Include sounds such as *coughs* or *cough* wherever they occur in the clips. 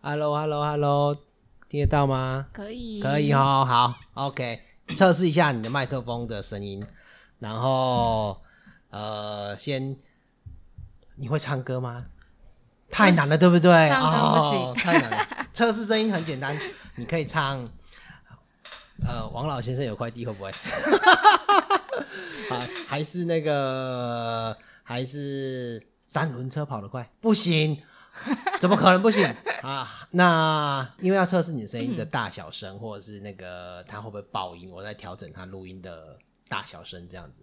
Hello，Hello，Hello，听得到吗？可以，可以。哦，好，OK，测试一下你的麦克风的声音，然后呃，先你会唱歌吗？太难了，对不对？唱歌不行哦，太难了。测试声音很简单，你可以唱。呃，王老先生有快递会不 *laughs* 会？啊，还是那个，还是三轮车跑得快？不行， *laughs* 怎么可能不行啊？那因为要测试你声音的大小声，或者是那个它会不会爆音，我在调整它录音的大小声这样子，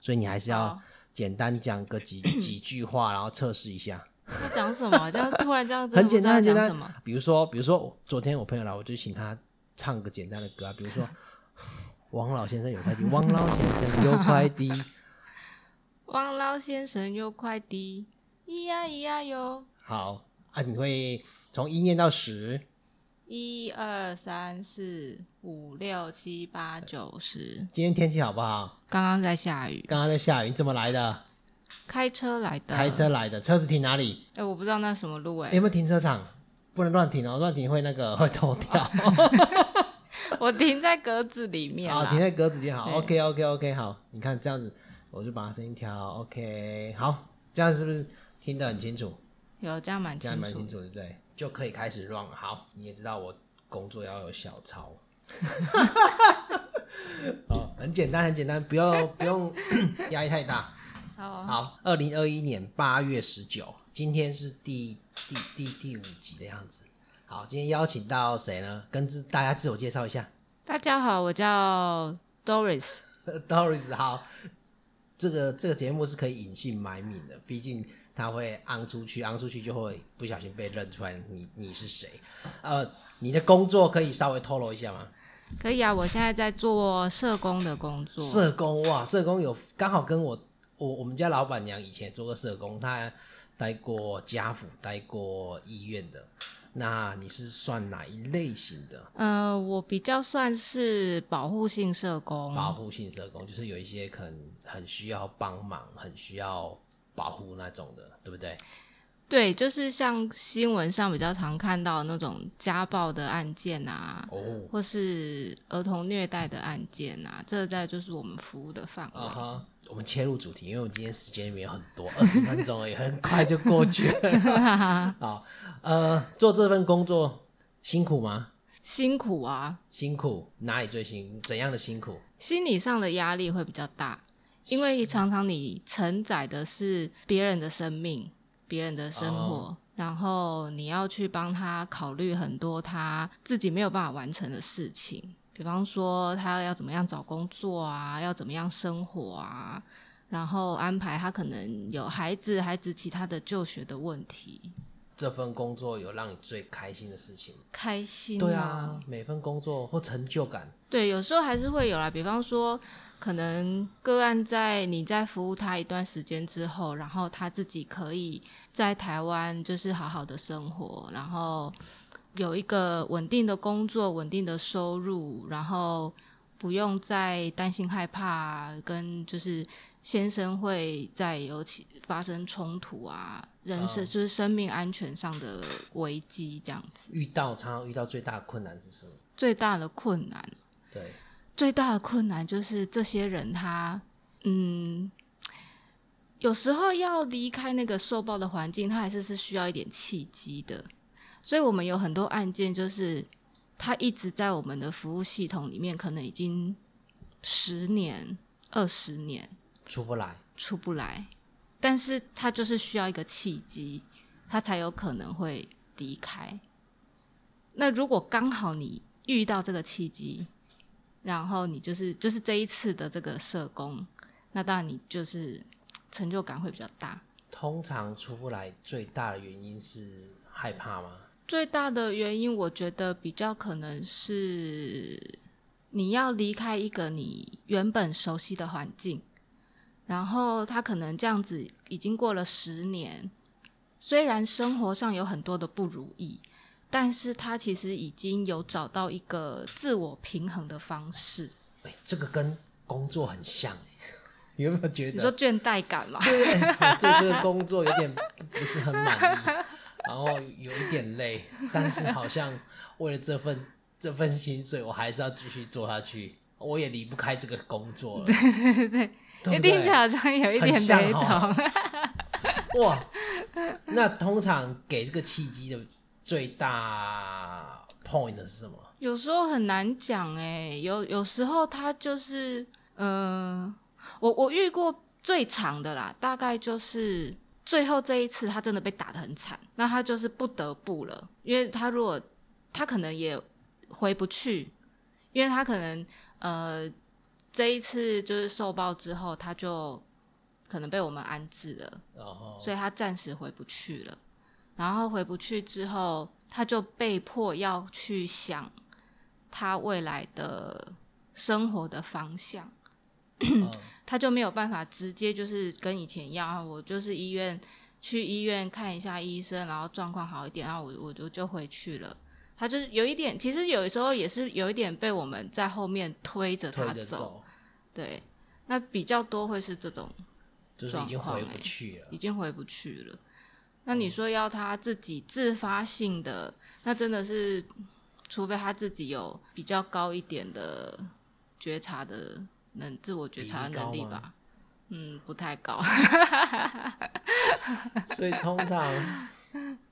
所以你还是要好简单讲个几几句话，然后测试一下。要讲什么？这样突然这样子，很简单，很简讲单什么？。比如说，比如说，昨天我朋友来，我就请他唱个简单的歌啊，比如说 *laughs* 王老先生有快递， *laughs* 王老先生有快递，汪老先生有快递，咿呀咿呀哟， *laughs* 好啊，你会从一念到十，一二三四五六七八九十。今天天气好不好？刚刚在下雨，刚刚在下雨，你怎么来的？开车来的。开车？来的，车子停哪里？哎、我不知道那什么路哎、有没有停车场？不能乱停哦，乱停会那个 *laughs* 会偷掉。我停在格子里面好，哦啦。哦停在格子间好。对 OK OK OK，好，你看这样子，我就把它声音调好 OK，好，这样是不是听得很清楚？有这样蛮这清样楚。蛮清楚，对不对？就可以开始 run。好，你也知道我工作要有小抄。 *laughs* 哦，很简单，很简单，不要不用 *coughs* 压力太大。好啊，好，二零二一年八月十九，今天是第第第第五集的样子。好，今天邀请到谁呢？跟自大家自我介绍一下 *laughs* 大家好，我叫 Doris。 ，Doris。好，这个这个节目是可以隐姓埋名的，毕竟他会昂出去，昂出去就会不小心被认出来你你是谁。呃，你的工作可以稍微透露一下吗？可以啊，我现在在做社工的工作。社工哇，社工有刚好跟我我我们家老板娘以前做过社工，她待过家府，待过医院的。那你是算哪一类型的？呃，我比较算是保护性社工，保护性社工就是有一些可能很需要帮忙、很需要保护那种的，对不对？对，就是像新闻上比较常看到那种家暴的案件啊，哦，或是儿童虐待的案件啊，这在就是我们服务的范围。啊哈，我们切入主题，因为我们今天时间没有很多，二十分钟而已，很快就过去 *laughs* 了。好，呃，做这份工作辛苦吗？ *laughs* 辛苦啊，辛苦，哪里最辛？怎样的辛苦？心理上的压力会比较大，因为常常你承载的是别人的生命、别人的生活，哦然后你要去帮他考虑很多他自己没有办法完成的事情，比方说他要怎么样找工作啊，要怎么样生活啊，然后安排他可能有孩子、孩子其他的就学的问题。这份工作有让你最开心的事情吗？开心、对啊，，每份工作或成就感，对，有时候还是会有啦。比方说，可能个案在你在服务他一段时间之后，然后他自己可以在台湾就是好好的生活，然后有一个稳定的工作、稳定的收入，然后不用再担心害怕跟就是先生会再有起发生冲突啊，人嗯生、就是生命安全上的危机这样子。遇到常常遇到最大的困难是什么？最大的困难对，最大的困难就是这些人他，嗯，有时候要离开那个受暴的环境，他还是是需要一点契机的。所以我们有很多案件，就是他一直在我们的服务系统里面，可能已经十年、二十年出不来。出不来，但是他就是需要一个契机，他才有可能会离开。那如果刚好你遇到这个契机，然后你就是就是这一次的这个社工，那当然你就是成就感会比较大。通常出不来最大的原因是害怕吗？最大的原因，我觉得比较可能是你要离开一个你原本熟悉的环境，然后他可能这样子已经过了十年，虽然生活上有很多的不如意，但是他其实已经有找到一个自我平衡的方式。哎、这个跟工作很像、欸，你 *laughs* 有没有觉得？你说倦怠感吗？对，我对这个工作有点不不是很满意。然后有一点累，但是好像为了这份 *laughs* 这份薪水，我还是要继续做下去，我也离不开这个工作了， *laughs* 对对 *laughs* 对哎不听起对？来好像有一很点像雷哦同。哇，那通常给这个契机的最大 point 是什么？有时候很难讲哎、有有时候他就是，嗯、我我遇过最长的啦，大概就是最后这一次他真的被打得很惨，那他就是不得不了，因为他如果他可能也回不去，因为他可能呃这一次就是受报之后，他就可能被我们安置了。然后所以他暂时回不去了。然后回不去之后，他就被迫要去想他未来的生活的方向，嗯他就没有办法直接就是跟以前一样，啊我就是医院去医院看一下医生，然后状况好一点，然后我我就就回去了。他就是有一点，其实有时候也是有一点被我们在后面推着推他着走，对，那比较多会是这种就是已经状况回不欸去了。已经回不去了。那你说要他自己自发性的，那真的是，除非他自己有比较高一点的觉察的能自我觉察的能比例力高吗吧。嗯，不太高。所以通常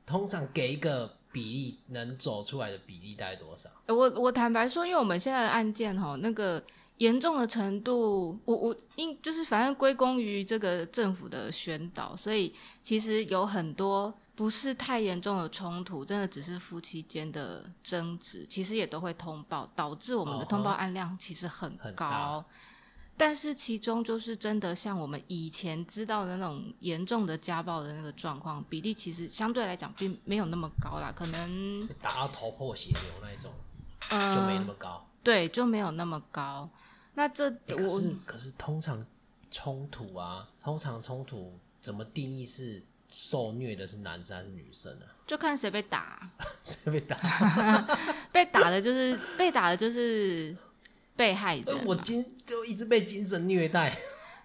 通常给一个比例能走出来的比例大概多少？我我坦白说，因为我们现在的案件哈，那个严重的程度，我我应就是反正归功于这个政府的宣导，所以其实有很多不是太严重的冲突，真的只是夫妻间的争执，其实也都会通报，导致我们的哦吼通报案量其实很很高。大但是其中就是真的像我们以前知道的那种严重的家暴的那个状况比例，其实相对来讲并没有那么高啦，可能打到头破血流那一种呃就没那么高。对，就没有那么高。那这欸可嗯我是可是通常冲突啊，通常冲突怎么定义是受虐的是男生还是女生啊？ *laughs* 就看谁被打，谁被打？被打的就是被打的就是被害人嘛、呃啊我精就一直被精神虐待。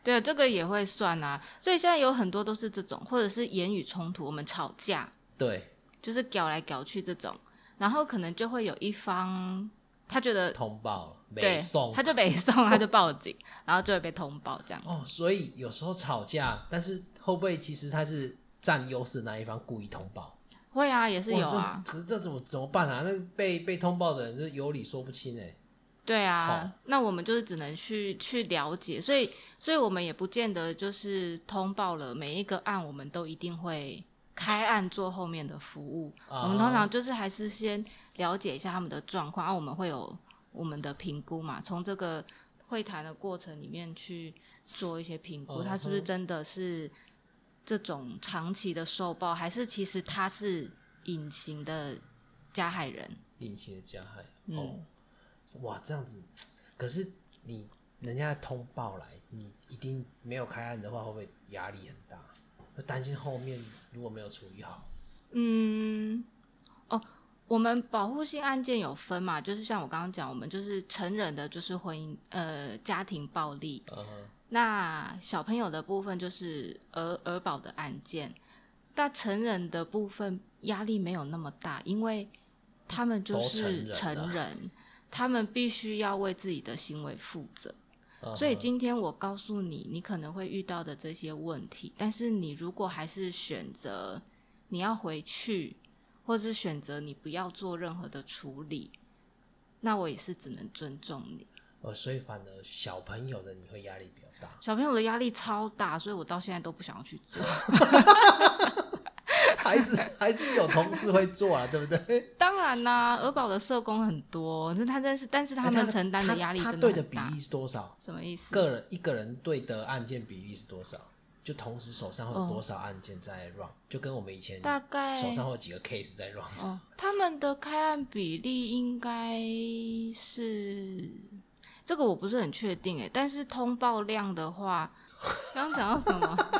对，啊这个也会算啊。所以现在有很多都是这种，或者是言语冲突，我们吵架对，就是搞来搞去这种，然后可能就会有一方他觉得通报对没送，他就被 *laughs* 送，他就报警，然后就会被通报这样。哦，所以有时候吵架，但是会不会其实他是占优势那一方故意通报？会啊，也是哇有啊，这可是这怎么怎么办啊？那被被通报的人这有理说不清哎、对啊好，那我们就是只能去去了解，所以所以我们也不见得就是通报了每一个案，我们都一定会开案做后面的服务。啊我们通常就是还是先了解一下他们的状况，啊，我们会有我们的评估嘛，从这个会谈的过程里面去做一些评估，嗯哼他是不是真的是这种长期的受暴，还是其实他是隐形的加害人？隐形的加害。嗯哦，哇，这样子，可是你人家通报来，你一定没有开案的话，会不会压力很大？就担心后面如果没有处理好，嗯，哦，我们保护性案件有分嘛，就是像我刚刚讲，我们就是成人的就是婚姻呃家庭暴力，嗯哼，那小朋友的部分就是儿儿保的案件，那成人的部分压力没有那么大，因为他们就都是成人了成人，他们必须要为自己的行为负责。嗯所以哼今天我告诉你，你可能会遇到的这些问题，但是你如果还是选择你要回去，或是选择你不要做任何的处理，那我也是只能尊重你。呃，所以反而小朋友的你会压力比较大。小朋友的压力超大，所以我到现在都不想要去 *laughs* 做。还是 *laughs* 还是有同事会做 *laughs* 啊，对不对？当然啦、儿保的社工很多，那他真是，但是他们承担的压力哎他真他对的的很比大例。是多少？什么意思？个人一个人对的案件比例是多少？就同时手上会有多少案件在 run？、就跟我们以前哦大概手上会有几个 case 在 run？哦，他们的开案比例应该是这个我不是很确定诶，但是通报量的话， *laughs* 刚刚讲到什么？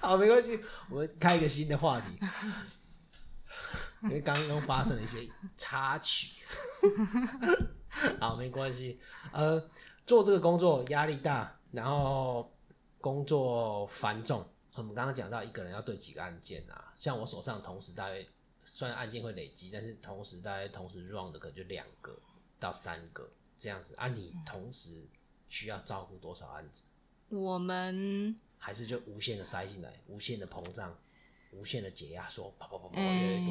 好，没关系，我们开一个新的话题，因为刚刚发生了一些插曲。 *laughs* 好，没关系。呃，做这个工作压力大，然后工作繁重。我们刚刚讲到一个人要对几个案件啊，像我手上同时大概虽然案件会累积，但是同时大概同时 run 的可能就两个到三个这样子啊。你同时需要照顾多少案子？我们还是就无限的塞进来，无限的膨胀，无限的解压缩，啪啪啪啪诶、越来越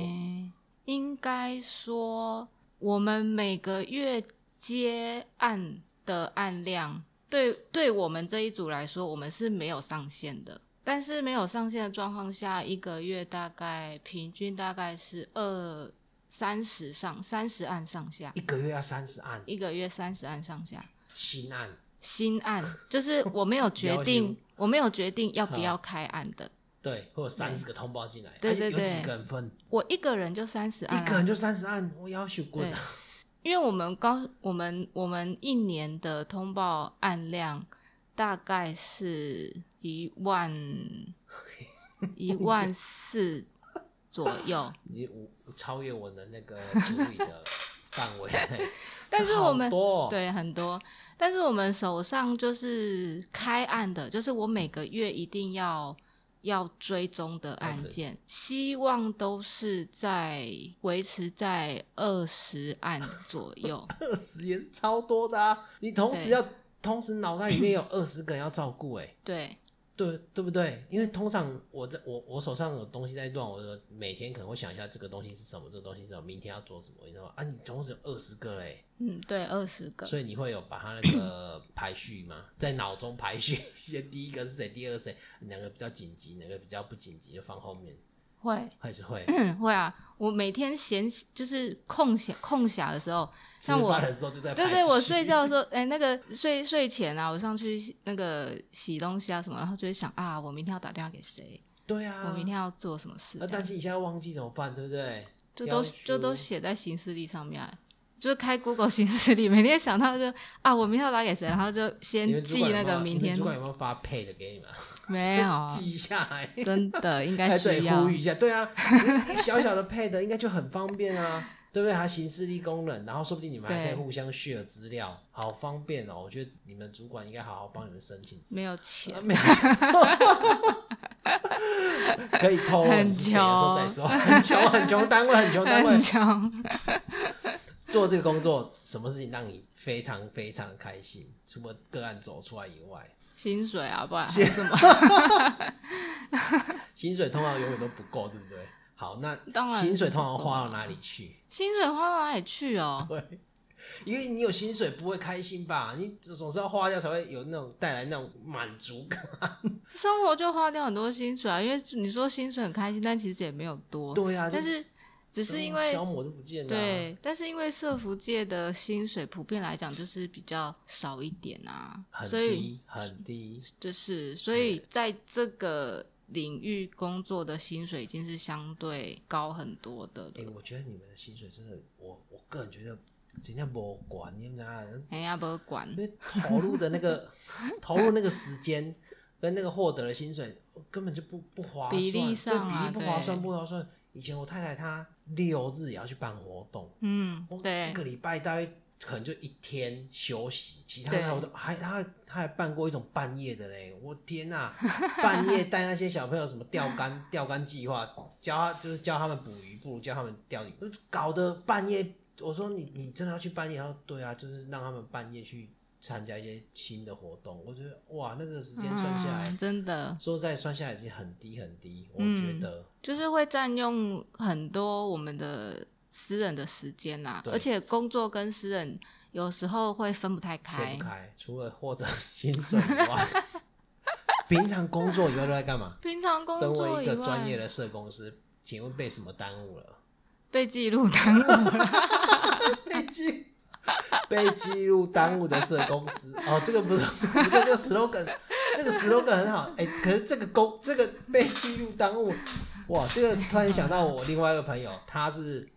多。应该说我们每个月接案的案量，对对我们这一组来说，我们是没有上限的。但是没有上限的状况下，一个月大概平均大概是二三十上三十案上下，一个月要三十案，一个月三十案上下。新案新案就是我没有决 *laughs* 了定解，我没有决定要不要开案的，对，会有三十个通报进来，对啊对有对几个人分？我一个人就三十案、啊，一个人就三十案，我要求滚啊！因为我们高，我们我们一年的通报案量大概是一 *laughs* 万一万四左 *laughs* 右，已经无超越我的那个处理的范 *laughs* 围内。但是这好我们多哦对很多，但是我们手上就是开案的，就是我每个月一定要要追踪的案件，希望都是在维持在二十案左右。二十也是超多的啊！你同时对要，同时脑袋里面有二十个人要照顾、欸，哎，对，对对不对？因为通常我在我我手上有东西在乱，我就每天可能会想一下这个东西是什么，这个东西是什么，明天要做什么，你知道吗？啊，你同时有二十个嘞、嗯，对，二十个。所以你会有把它那个排序吗？在脑中排序， *laughs* 先第一个是谁，第二个是谁，哪个比较紧急，哪个比较不紧急就放后面，会，还是会嗯， *clears throat* 会啊。我每天闲就是空闲空暇的时候，吃像我饭的时候就在排对序。对，我睡觉的时候，哎、那个睡睡前啊，我上去洗那个洗东西啊什么，然后就会想啊，我明天要打电话给谁，对啊，我明天要做什么事那，担心一下忘记怎么办，对不对？就要都就都输写在行事历上面啊、就是开 Google *laughs* 行事历，每天想到就啊，我明天要打给谁，然后就你们先主记管有那没有个明你们天主管有没有发配的给你们？，没有记一下来，真 *laughs* 的应该在这需里要呼吁一下，对 *laughs* 啊，小小的配的应该就很方便啊，对不对？还行事力功能，然后说不定你们还可以对互相 share 资料，好方便哦。我觉得你们主管应该好好帮你们申请，没有钱啊，没有，可以偷很时候再说，很穷很穷单位很穷单位很， *laughs* 强，做这个工作，什么事情让你非常非常开心？除了个案走出来以外，薪水啊，不然还有什么？薪水通常永远都不够，对不对？好，那当然啊薪水通常花到哪里去？薪水花到哪里去哦？对，因为你有薪水不会开心吧？你总是要花掉才会有那种带来那种满足感。生活就花掉很多薪水啊，因为你说薪水很开心，但其实也没有多， *laughs* 对啊，但就是嗯只是因为消磨就不见了、啊。，对，但是因为社服界的薪水普遍来讲就是比较少一点啊，很所以低很低。就是所以在这个领域工作的薪水已经是相对高很多的哎、了。我觉得你们的薪水真的，我我个人觉得人家没管，你们啊，人哎家不会管因，为投入的那 *laughs* 个投入那个时间跟那个获得的薪水根本就不不划算，比例上啊对比例不划算，对不划算。以前我太太她六日也要去办活动，嗯我，一对个礼拜大概可能就一天休息，其他对的我都还她她还办过一种半夜的嘞，我天 *laughs* 呐、半夜带那些小朋友什么钓竿钓竿计划，教他就是教他们捕鱼，不如教他们钓鱼，搞得半夜。我说你你真的要去半夜？他说对啊，就是让他们半夜去参加一些新的活动。我觉得哇，那个时间算下来，嗯真的说实在算下来已经很低很低，我嗯觉得。就是会占用很多我们的私人的时间啦、对而且工作跟私人有时候会分不太切开不。开，除了获得薪水以 *laughs* 外，平常工作以外都在干嘛？平常工身作为一以个专业外，的社工师，请问被什么耽误了？被记录 *laughs* 耽误了。被记 *laughs* 被记录耽误的社工 *laughs* 师哦，这个不是不是这个 slogan，这个 slogan 很好哎、可是这个工这个被记录耽误，哇，这个突然想到我另外一个朋友，他是。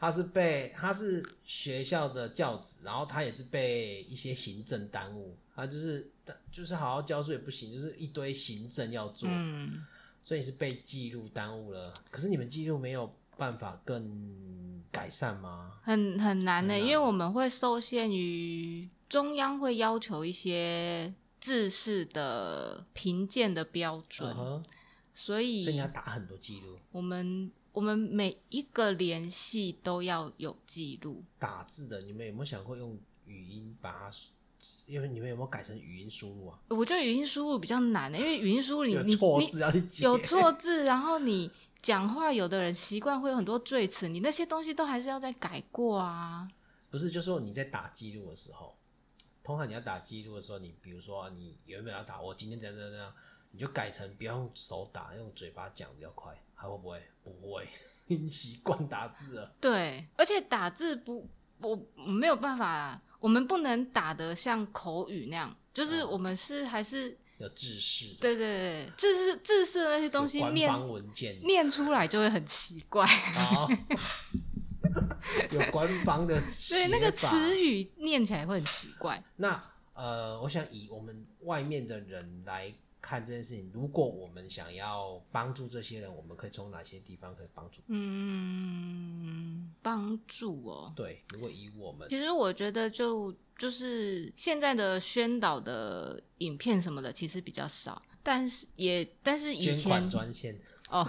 他是被他是学校的教职，然后他也是被一些行政耽误，他就是就是好好教书也不行，就是一堆行政要做，嗯，所以是被记录耽误了。可是你们记录没有办法更改善吗？很很难很呢、难因为我们会受限于中央会要求一些制式的评鉴的标准嗯哼所所以你以要打很多记录，我们我们每一个联系都要有记录。打字的，你们有没有想过用语音把它输？因为你们有没有改成语音输入啊？我觉得语音输入比较难的、因为语音输入你有你错你字要去解，有错字，然后你讲话，有的人习惯会有很多赘词，你那些东西都还是要再改过啊。不是，就是说你在打记录的时候，通常你要打记录的时候，你比如说啊你原本要打我今天怎样怎样怎样，你就改成不要用手打，用嘴巴讲比较快，还会不会？不 *laughs* 会，你习惯打字了。对，而且打字不，我我没有办法啦，我们不能打得像口语那样，就是嗯我们是还是有制式，对对对，字是字是的那些东西有官念方文 *laughs* 件，念出来就会很奇怪，好， *laughs* 有官方的写对那个法词语念起来会很奇怪。那呃，我想以我们外面的人来看这件事情，如果我们想要帮助这些人，我们可以从哪些地方可以帮助？嗯，帮助哦，对，如果以我们其实我觉得就就是现在的宣导的影片什么的，其实比较少，但是也但是以捐款前专线，哦，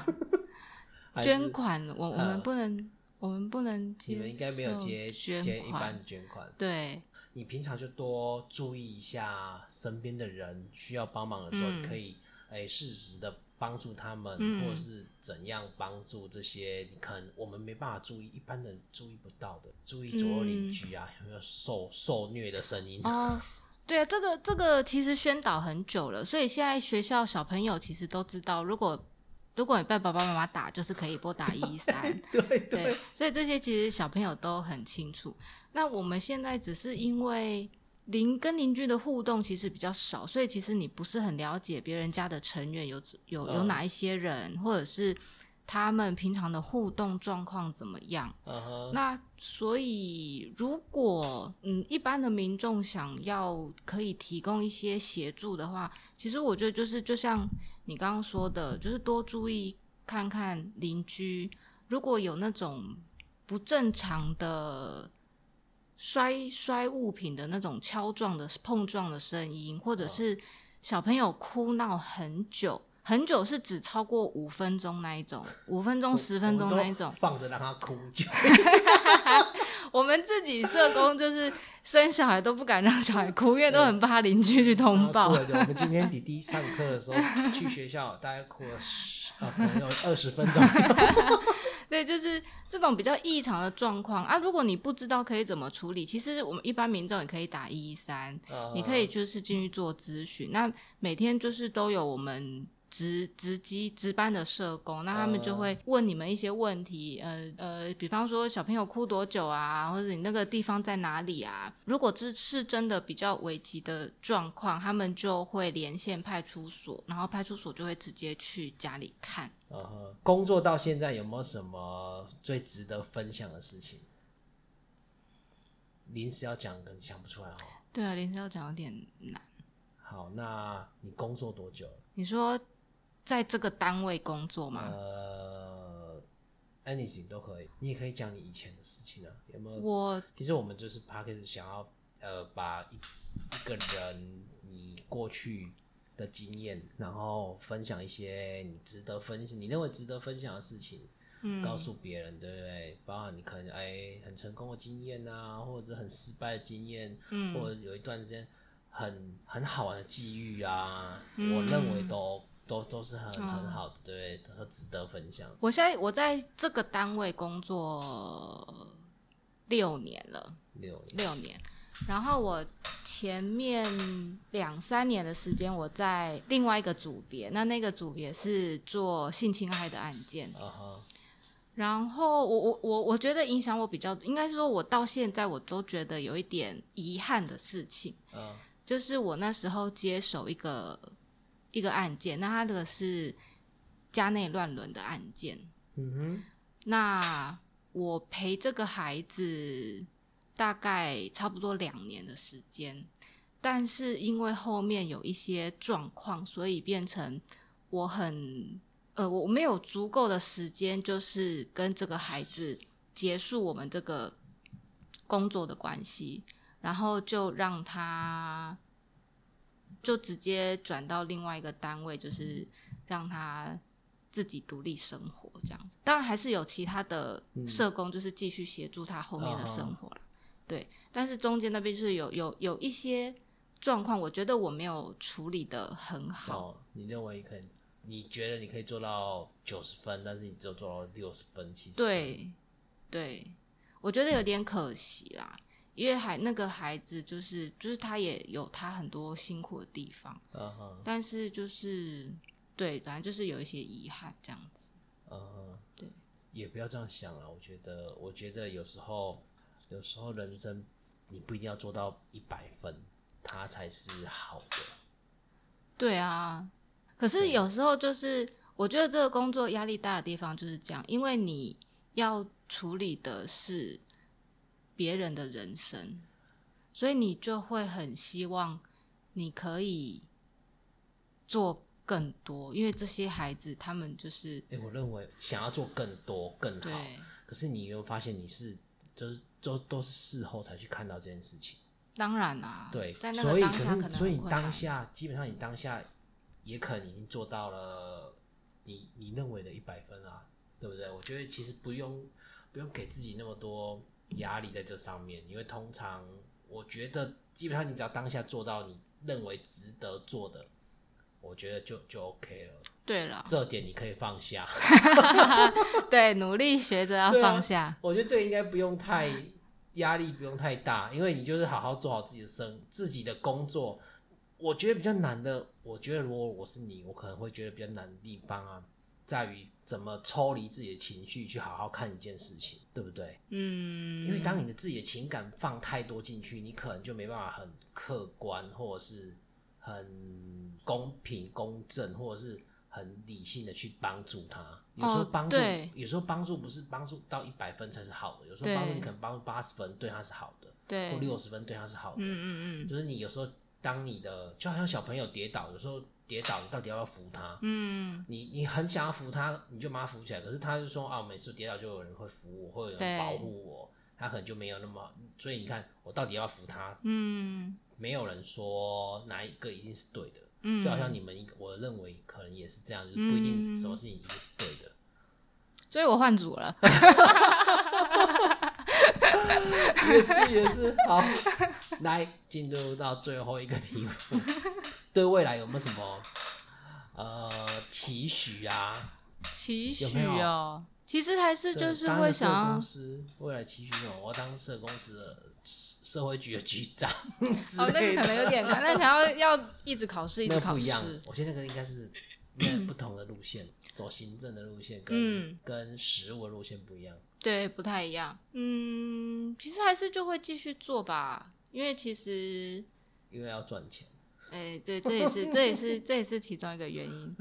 还是捐款我我呃们不能我们不能接，你们应该没有接捐接一般款的，捐款。 *laughs* 对你平常就多注意一下身边的人需要帮忙的时候，嗯你可以哎适时的帮助他们，嗯或者是怎样帮助这些你可能我们没办法注意，一般人注意不到的，注意左右邻居啊、有没有受受虐的声 *laughs* 音。嗯哦。对啊，这个这个其实宣导很久了，所以现在学校小朋友其实都知道，如果如果你被爸爸妈妈打，就是可以拨打一一三，对对哎对，所以这些其实小朋友都很清楚。那我们现在只是因为邻跟邻居的互动其实比较少，所以其实你不是很了解别人家的成员有有有嗯哪一些人，或者是他们平常的互动状况怎么样。嗯哼，那所以，如果嗯一般的民众想要可以提供一些协助的话，其实我觉得就是就像你刚刚说的，就是多注意看看邻居，如果有那种不正常的摔摔物品的那种敲撞的碰撞的声音，或者嗯是小朋友哭闹很久。很久是指超过五分钟那一种，五分钟、十分钟我们那都一种，放着让他哭 *laughs* 就。我们自己社工就是生小孩都不敢让小孩哭，因为都很怕邻居去通报。啊对，我们今天弟弟上课的时候去学校，大概哭了十啊，可能有二十分钟。对，就是这种比较异常的状况啊。如果你不知道可以怎么处理，其实我们一般民众也可以打一一三，呃 *laughs* 你可以就是进去做咨询。那每天就是都有我们。值值机值班的社工，那他们就哦会问你们一些问题，呃呃，比方说小朋友哭多久啊，或者你那个地方在哪里啊？如果这是真的比较危急的状况，他们就会连线派出所，然后派出所就会直接去家里看。嗯哼，工作到现在有没有什么最值得分享的事情？临时要讲，可能想不出来哦。对啊，林思要讲有点难。好，那你工作多久了？你说在这个单位工作吗？呃，anything 都可以，你也可以讲你以前的事情啊。有没有？我其实我们就是 p a c k a g e 想要呃把一一个人你过去的经验，然后分享一些你值得分享、你认为值得分享的事情，嗯，告诉别人，对不对？包含你可能哎很成功的经验啊，或者很失败的经验，嗯或者有一段时间很很好玩的际遇啊，嗯我认为都都都是很、哦很好的，对不对？都值得分享。我现在我在这个单位工作六年了，六年，六年。然后我前面两三年的时间，我在另外一个组别，那那个组别是做性侵害的案件。啊哈，然后我我我我觉得影响我比较，应该是说我到现在我都觉得有一点遗憾的事情，嗯就是我那时候接手一个一个案件，那它这个是家内乱伦的案件。嗯哼，那我陪这个孩子大概差不多两年的时间，但是因为后面有一些状况，所以变成我很呃，我没有足够的时间，就是跟这个孩子结束我们这个工作的关系，然后就让他就直接转到另外一个单位，就是让他自己独立生活这样子。当然还是有其他的社工，就是继续协助他后面的生活啦。对，但是中间那边就是有有有一些状况，我觉得我没有处理的很好。哦，你认为可以？你觉得你可以做到九十分，但是你只有做到六十分、七十。，对，对，我觉得有点可惜啦，因为孩那个孩子就是就是他也有他很多辛苦的地方，嗯哼，但是就是对，反正就是有一些遗憾这样子。嗯哼，对，也不要这样想啊。我觉得，我觉得有时候，有时候人生你不一定要做到一百分，它才是好的。对啊，可是对有时候就是我觉得这个工作压力大的地方就是这样，因为你要处理的是别人的人生，所以你就会很希望你可以做更多，因为这些孩子他们就是哎、我认为想要做更多更好，对，可是你有没有发现你是就是都都是事后才去看到这件事情。当然啦、对，啊在那所个以当下可能是所以很你困当难下基本上你当下也可能已经做到了你你认为的一百分啊，对不对？我觉得其实不用不用给自己那么多压力在这上面，因为通常我觉得基本上你只要当下做到你认为值得做的，我觉得就就 OK 了，对 *laughs* 了，这点你可以放下。对，努力学着要对啊放下，我觉得这应该不用太压力，不用太大，因为你就是好好做好自己的生自己的工作。我觉得比较难的，我觉得如果我是你，我可能会觉得比较难的地方啊，在于怎么抽离自己的情绪去好好看一件事情，对不对？嗯，因为当你的自己的情感放太多进去，你可能就没办法很客观，或者是很公平公正，或者是很理性的去帮助他。有时候帮助，哦对有时候帮助不是帮助到一百分才是好的，有时候帮助对你可能帮助八十分对他是好的，对，或六十分对他是好的。嗯嗯嗯就是你有时候当你的就好像小朋友跌倒，有时候跌倒你到底要不要扶他？嗯，你你很想要扶他，你就把他扶起来，可是他就说啊，每次跌倒就有人会扶我，会有对人保护我，他可能就没有那么，所以你看我到底要扶他，嗯没有人说哪一个一定是对的，嗯，就好像你们一个，我认为可能也是这样，就是不一定嗯什么事情一定是对的。所以我换组 *laughs* 了。也是也是，好，来进入到最后一个题目，对未来有没有什么呃期许啊？期许有没有哦，其实还是对啊就是当会个社想要公司未来期许那种，我要当社公司的社社会局的局长之哦，那类的，个可能有点难， *laughs* 那想要要一直考试，一直那考不一样试。。我觉得那个应该 *clears throat* 是那不同的路线，走行政的路线跟、嗯跟实务的路线不一样。对，不太一样。嗯，其实还是就会继续做吧，因为其实，因为要赚钱，哎、对，这也 *laughs* 是这也是这也是其中一个原因。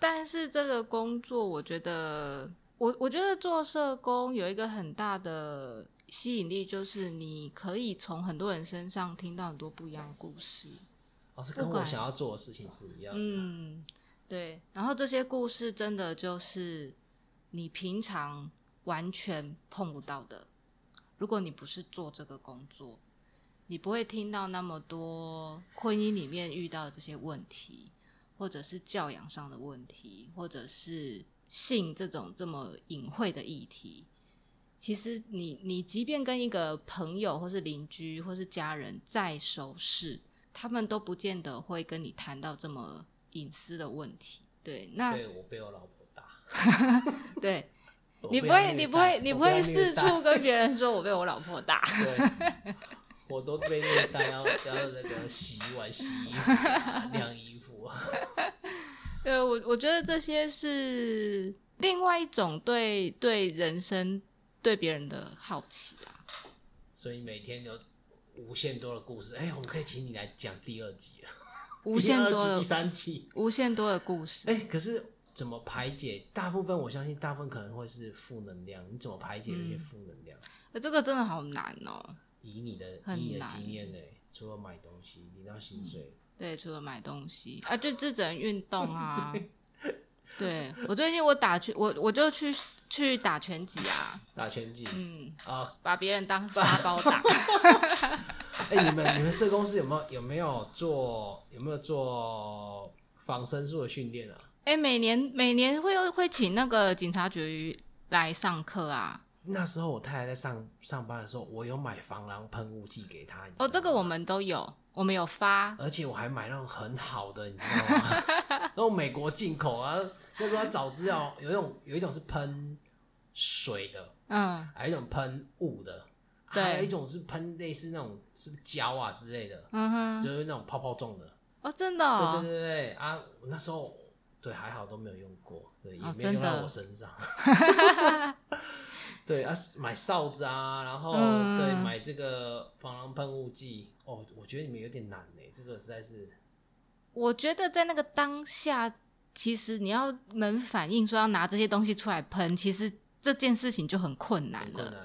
但是这个工作，我觉得，我我觉得做社工有一个很大的吸引力，就是你可以从很多人身上听到很多不一样的故事。哦，是不跟我管想要做的事情是一样的。啊嗯，对。然后这些故事真的就是你平常完全碰不到的。如果你不是做这个工作，你不会听到那么多婚姻里面遇到的这些问题，或者是教养上的问题，或者是性这种这么隐晦的议题。其实你你即便跟一个朋友或是邻居或是家人再熟识，他们都不见得会跟你谈到这么隐私的问题。对，那对我被我老婆打，对我你被不她会，虐你不待会，你我不被她会虐四待处跟别人说我被我老婆打。 *laughs* 对，我都被虐待，要要那个洗碗、洗衣 *laughs* 服啊、晾衣服啊。对我，我觉得这些是另外一种对对人生、对别人的好奇啊啦。所以每天有无限多的故事。哎、我们可以请你来讲第二集了，无限第多二集的第三集。无限多的故事。哎、可是怎么排解？大部分我相信，大部分可能会是负能量。你怎么排解这些嗯负能量？呃这个真的好难哦、以你的很以你的难经验呢、除了买东西，领到薪水，对，除了买东西啊，就就只能运动 *laughs* 啊。对我最近我打拳，我我就去去打拳击啊，打拳击嗯，啊！ *laughs* 把别人当沙包打。哎、你们你们社公司有没有有没有做有没有做防身术的训练啊？哎、哎、每年每年会有会请那个警察局来上课啊。那时候我太太在上上班的时候，我有买防狼喷雾剂给她。你知道哦，吗这个我，们都有，我们有发。而且我还买那种很好的，你知道 *laughs* 吗？那种美国进口啊，那时候要找资料，有一种有一种是喷水的，嗯还有一种喷雾的，对还有一种是喷类似那种是不是胶啊之类的，嗯就哼，是那种泡泡状的。哦，真的、哦，对对对对啊！我那时候对还好都没有用过，对也哦没有用真的到我身 *laughs* 上。对啊，买哨子啊，然后、嗯对买这个防狼喷雾剂。哦，我觉得你们有点难呢，这个实在是我觉得在那个当下，其实你要能反应说要拿这些东西出来喷，其实这件事情就很困难很了。困难。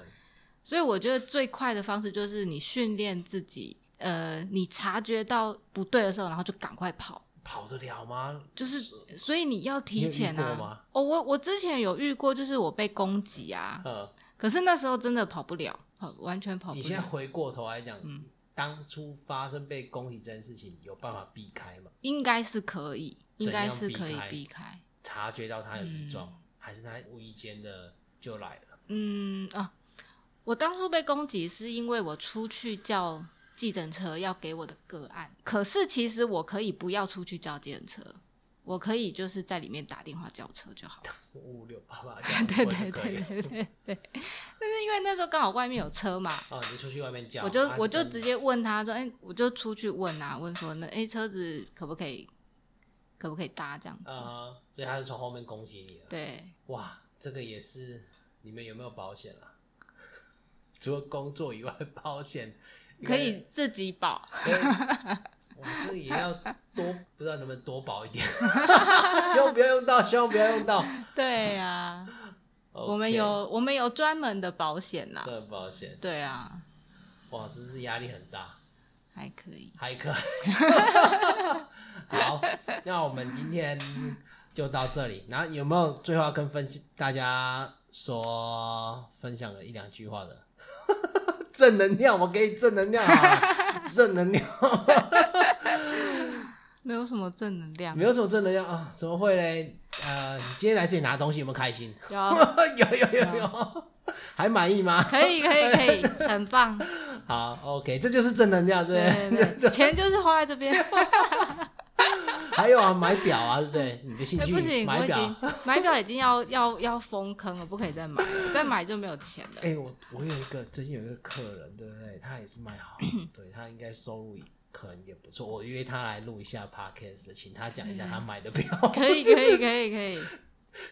所以我觉得最快的方式就是你训练自己，呃，你察觉到不对的时候，然后就赶快跑。跑得了吗？就是，所以你要提前你有遇过啊吗。哦，我我之前有遇过，就是我被攻击啊，呃，可是那时候真的跑不了，跑完全跑不你现在了。回过头来讲，嗯当初发生被攻击这件事情，有办法避开吗？应该是可以，应该是可怎以样避避开。察觉到他有异状，嗯还是他无意间的就来 *laughs* 了？嗯啊，我当初被攻击是因为我出去叫计程车要给我的个案，可是其实我可以不要出去叫计程车，我可以就是在里面打电话叫车就好了。 *laughs* 五五六八八这样对我就对可以对了对对对。 *laughs* 但是因为那时候刚好外面有车嘛，哦，你出去外 *laughs* 面叫，我就啊我就跟直接问他说，哎、我就出去问啊，问说那哎、车子可不可以可不可以搭这样子？啊，所以他是从后面攻击你了。对，哇，这个也是，你们有没有保险啊？ *laughs* 除了工作以外，保险可以自己保。 *laughs* 可以，哎哇，这个也要多，不知道能不能多保一 *laughs* 点，希望不要用到，希望不要用到。对呀、 *laughs* 我们 OK，有我们有专门的保险啦。这保险，对啊，哇，真是压力很大，还可以。还 *laughs* 可以。好，那我们今天就到这里。然后有没有最后要跟分析大家说分享的一两句话的？ *laughs* 正能量，我给你正能量 *laughs* 啊！正能量，没有什么正能量。没有什么正能量啊？怎么会嘞？呃，你今天来这里拿东西有没有开心？有， *laughs* 有有有有，还满意吗？可以，可以，可以，很棒。好，OK，这就是正能 *laughs* 量，对不对对对，钱就是花在这边。 *laughs* 还有啊，买表啊，对不对？你的兴哎，趣、不行，我买已表经。买表已经要要要封坑了，不可以再买了，再买就没有钱了 *laughs* 哎、。我我有一个最近有一个客人，对不对？他也是卖好， *laughs* 对他应该收入可能也不错。我约他来录一下 podcast，请他讲嗯一下他买的 *laughs* 表。可以，可以，可以，可以。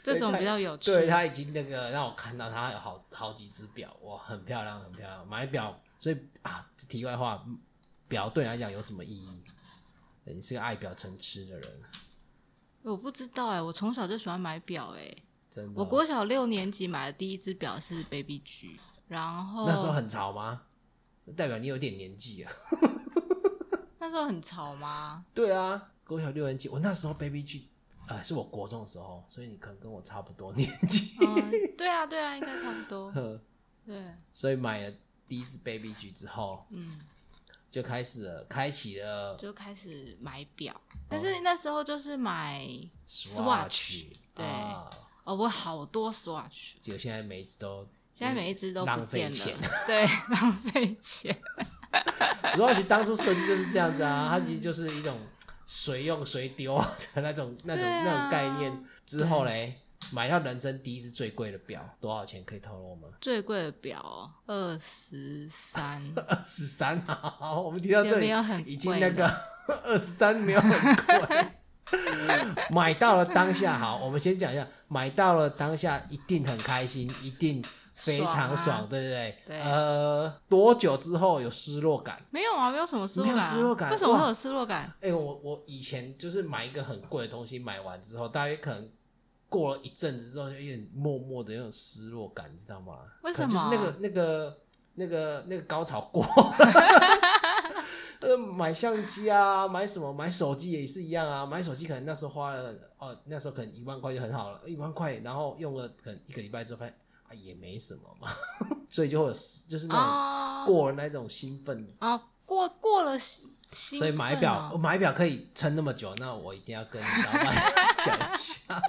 这种比较有趣。哎对他已经那个让我看到他有好好几只表，哇，很漂亮，很漂亮。买表，所以啊，题外话，嗯表对你来讲有什么意义？对你是个爱表成痴的人，我不知道哎、我从小就喜欢买表哎、真的哦。我国小六年级买的第一只表是 Baby G，然后那时候很潮吗？代表你有点年纪啊。 *laughs* 那时候很潮吗？对啊，国小六年级，我那时候 Baby G，呃，是我国中的时候，所以你可能跟我差不多年纪， *laughs* 嗯，对啊，对啊，应该差不多。对，所以买了第一只 Baby G 之后，嗯。就开始了，开启了就开始买表，但哦是那时候就是买 Swatch，对啊，哦，我好多 Swatch，结果现在每一只都现在每一只都嗯不浪费见了钱，对， *laughs* 浪费钱，嗯 Swatch 当初设计就是这样子啊， *laughs* 它其实就是一种随用随丢 *laughs* 的那种那种、对啊那种概念。之后嘞，买到人生第一只最贵的表，多少钱可以透露吗？最贵的表二 *laughs* 十三，二十三好，我们提到这有里没有很啊已经贵那呢个 *laughs* 二十三没有很贵，买到了当下好，我们先讲一下，买到了当下一定很开心，一定非常爽，爽啊对不对？对呃，多久之后有失落感？没有啊，没有什么失没有落感啊，失落感为什么哇会有失落感？哎、我我以前就是买一个很贵的东西，买完之后大约可能过了一阵子之后，就有点默默的有种失落感，你知道吗？为什么可能就是那个那个那个那个高潮 *laughs* 过。呃，买相机啊，买什么？买手机也是一样啊。买手机可能那时候花了哦，那时候可能一万块就很好了，一万块，然后用了可能一个礼拜之后发现啊也没什么嘛， *laughs* 所以就会有就是那种啊过了那种兴奋哦啊，过过了兴所以买奋表、哦买表可以撑那么久，那我一定要跟老板 *laughs* 讲一下。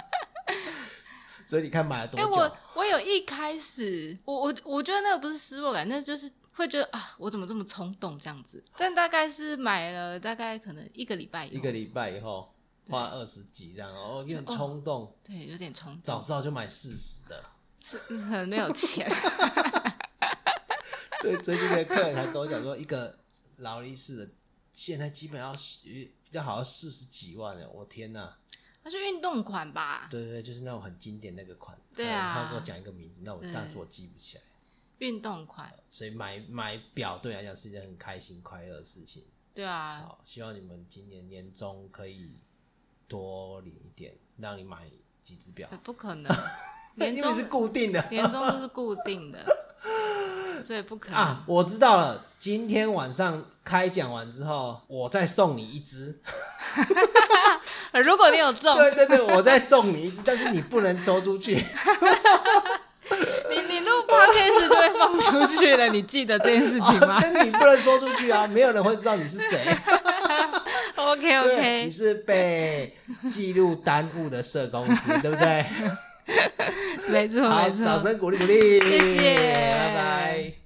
所以你看买了多哎、久？我我有一开始，我我我觉得那个不是失落感，那就是会觉得啊，我怎么这么冲动这样子？但大概是买了大概可能一个礼拜以后，一个礼拜以后对花二十几这样，哦，有点哦冲动，对，有点冲早动，知道就买四十的。是嗯可能没有钱，对，最近的客人还跟我讲说，一个劳力士的现在基本要十，要好像四十几万了，我天啊哪！它是运动款吧？对对对，就是那种很经典那个款。对啊他跟我讲一个名字，那我对但是我记不起来。运动款，所以买买表对你来讲是一件很开心快乐的事情。对啊，好，希望你们今年年终可以多领一点，让你买几只表 *laughs* 呃，不可能，年因终为是固定的。年终都是固定的，所以不可能。啊，我知道了。今天晚上开讲完之后，我再送你一只。呃如果你有中， *laughs* 对对对，我再送你一只， *laughs* 但是你不能抽出 *laughs* 去。你你录 podcast 就会放出去了，你记得这件事情吗啊 *laughs* 但你不能说出去啊，没有人会知道你是谁。 *laughs* ？OK 哦对，你 OK，是被记录耽误的社工师，对不对？ *laughs* 没错好，没错掌。声鼓励鼓励，谢谢拜拜。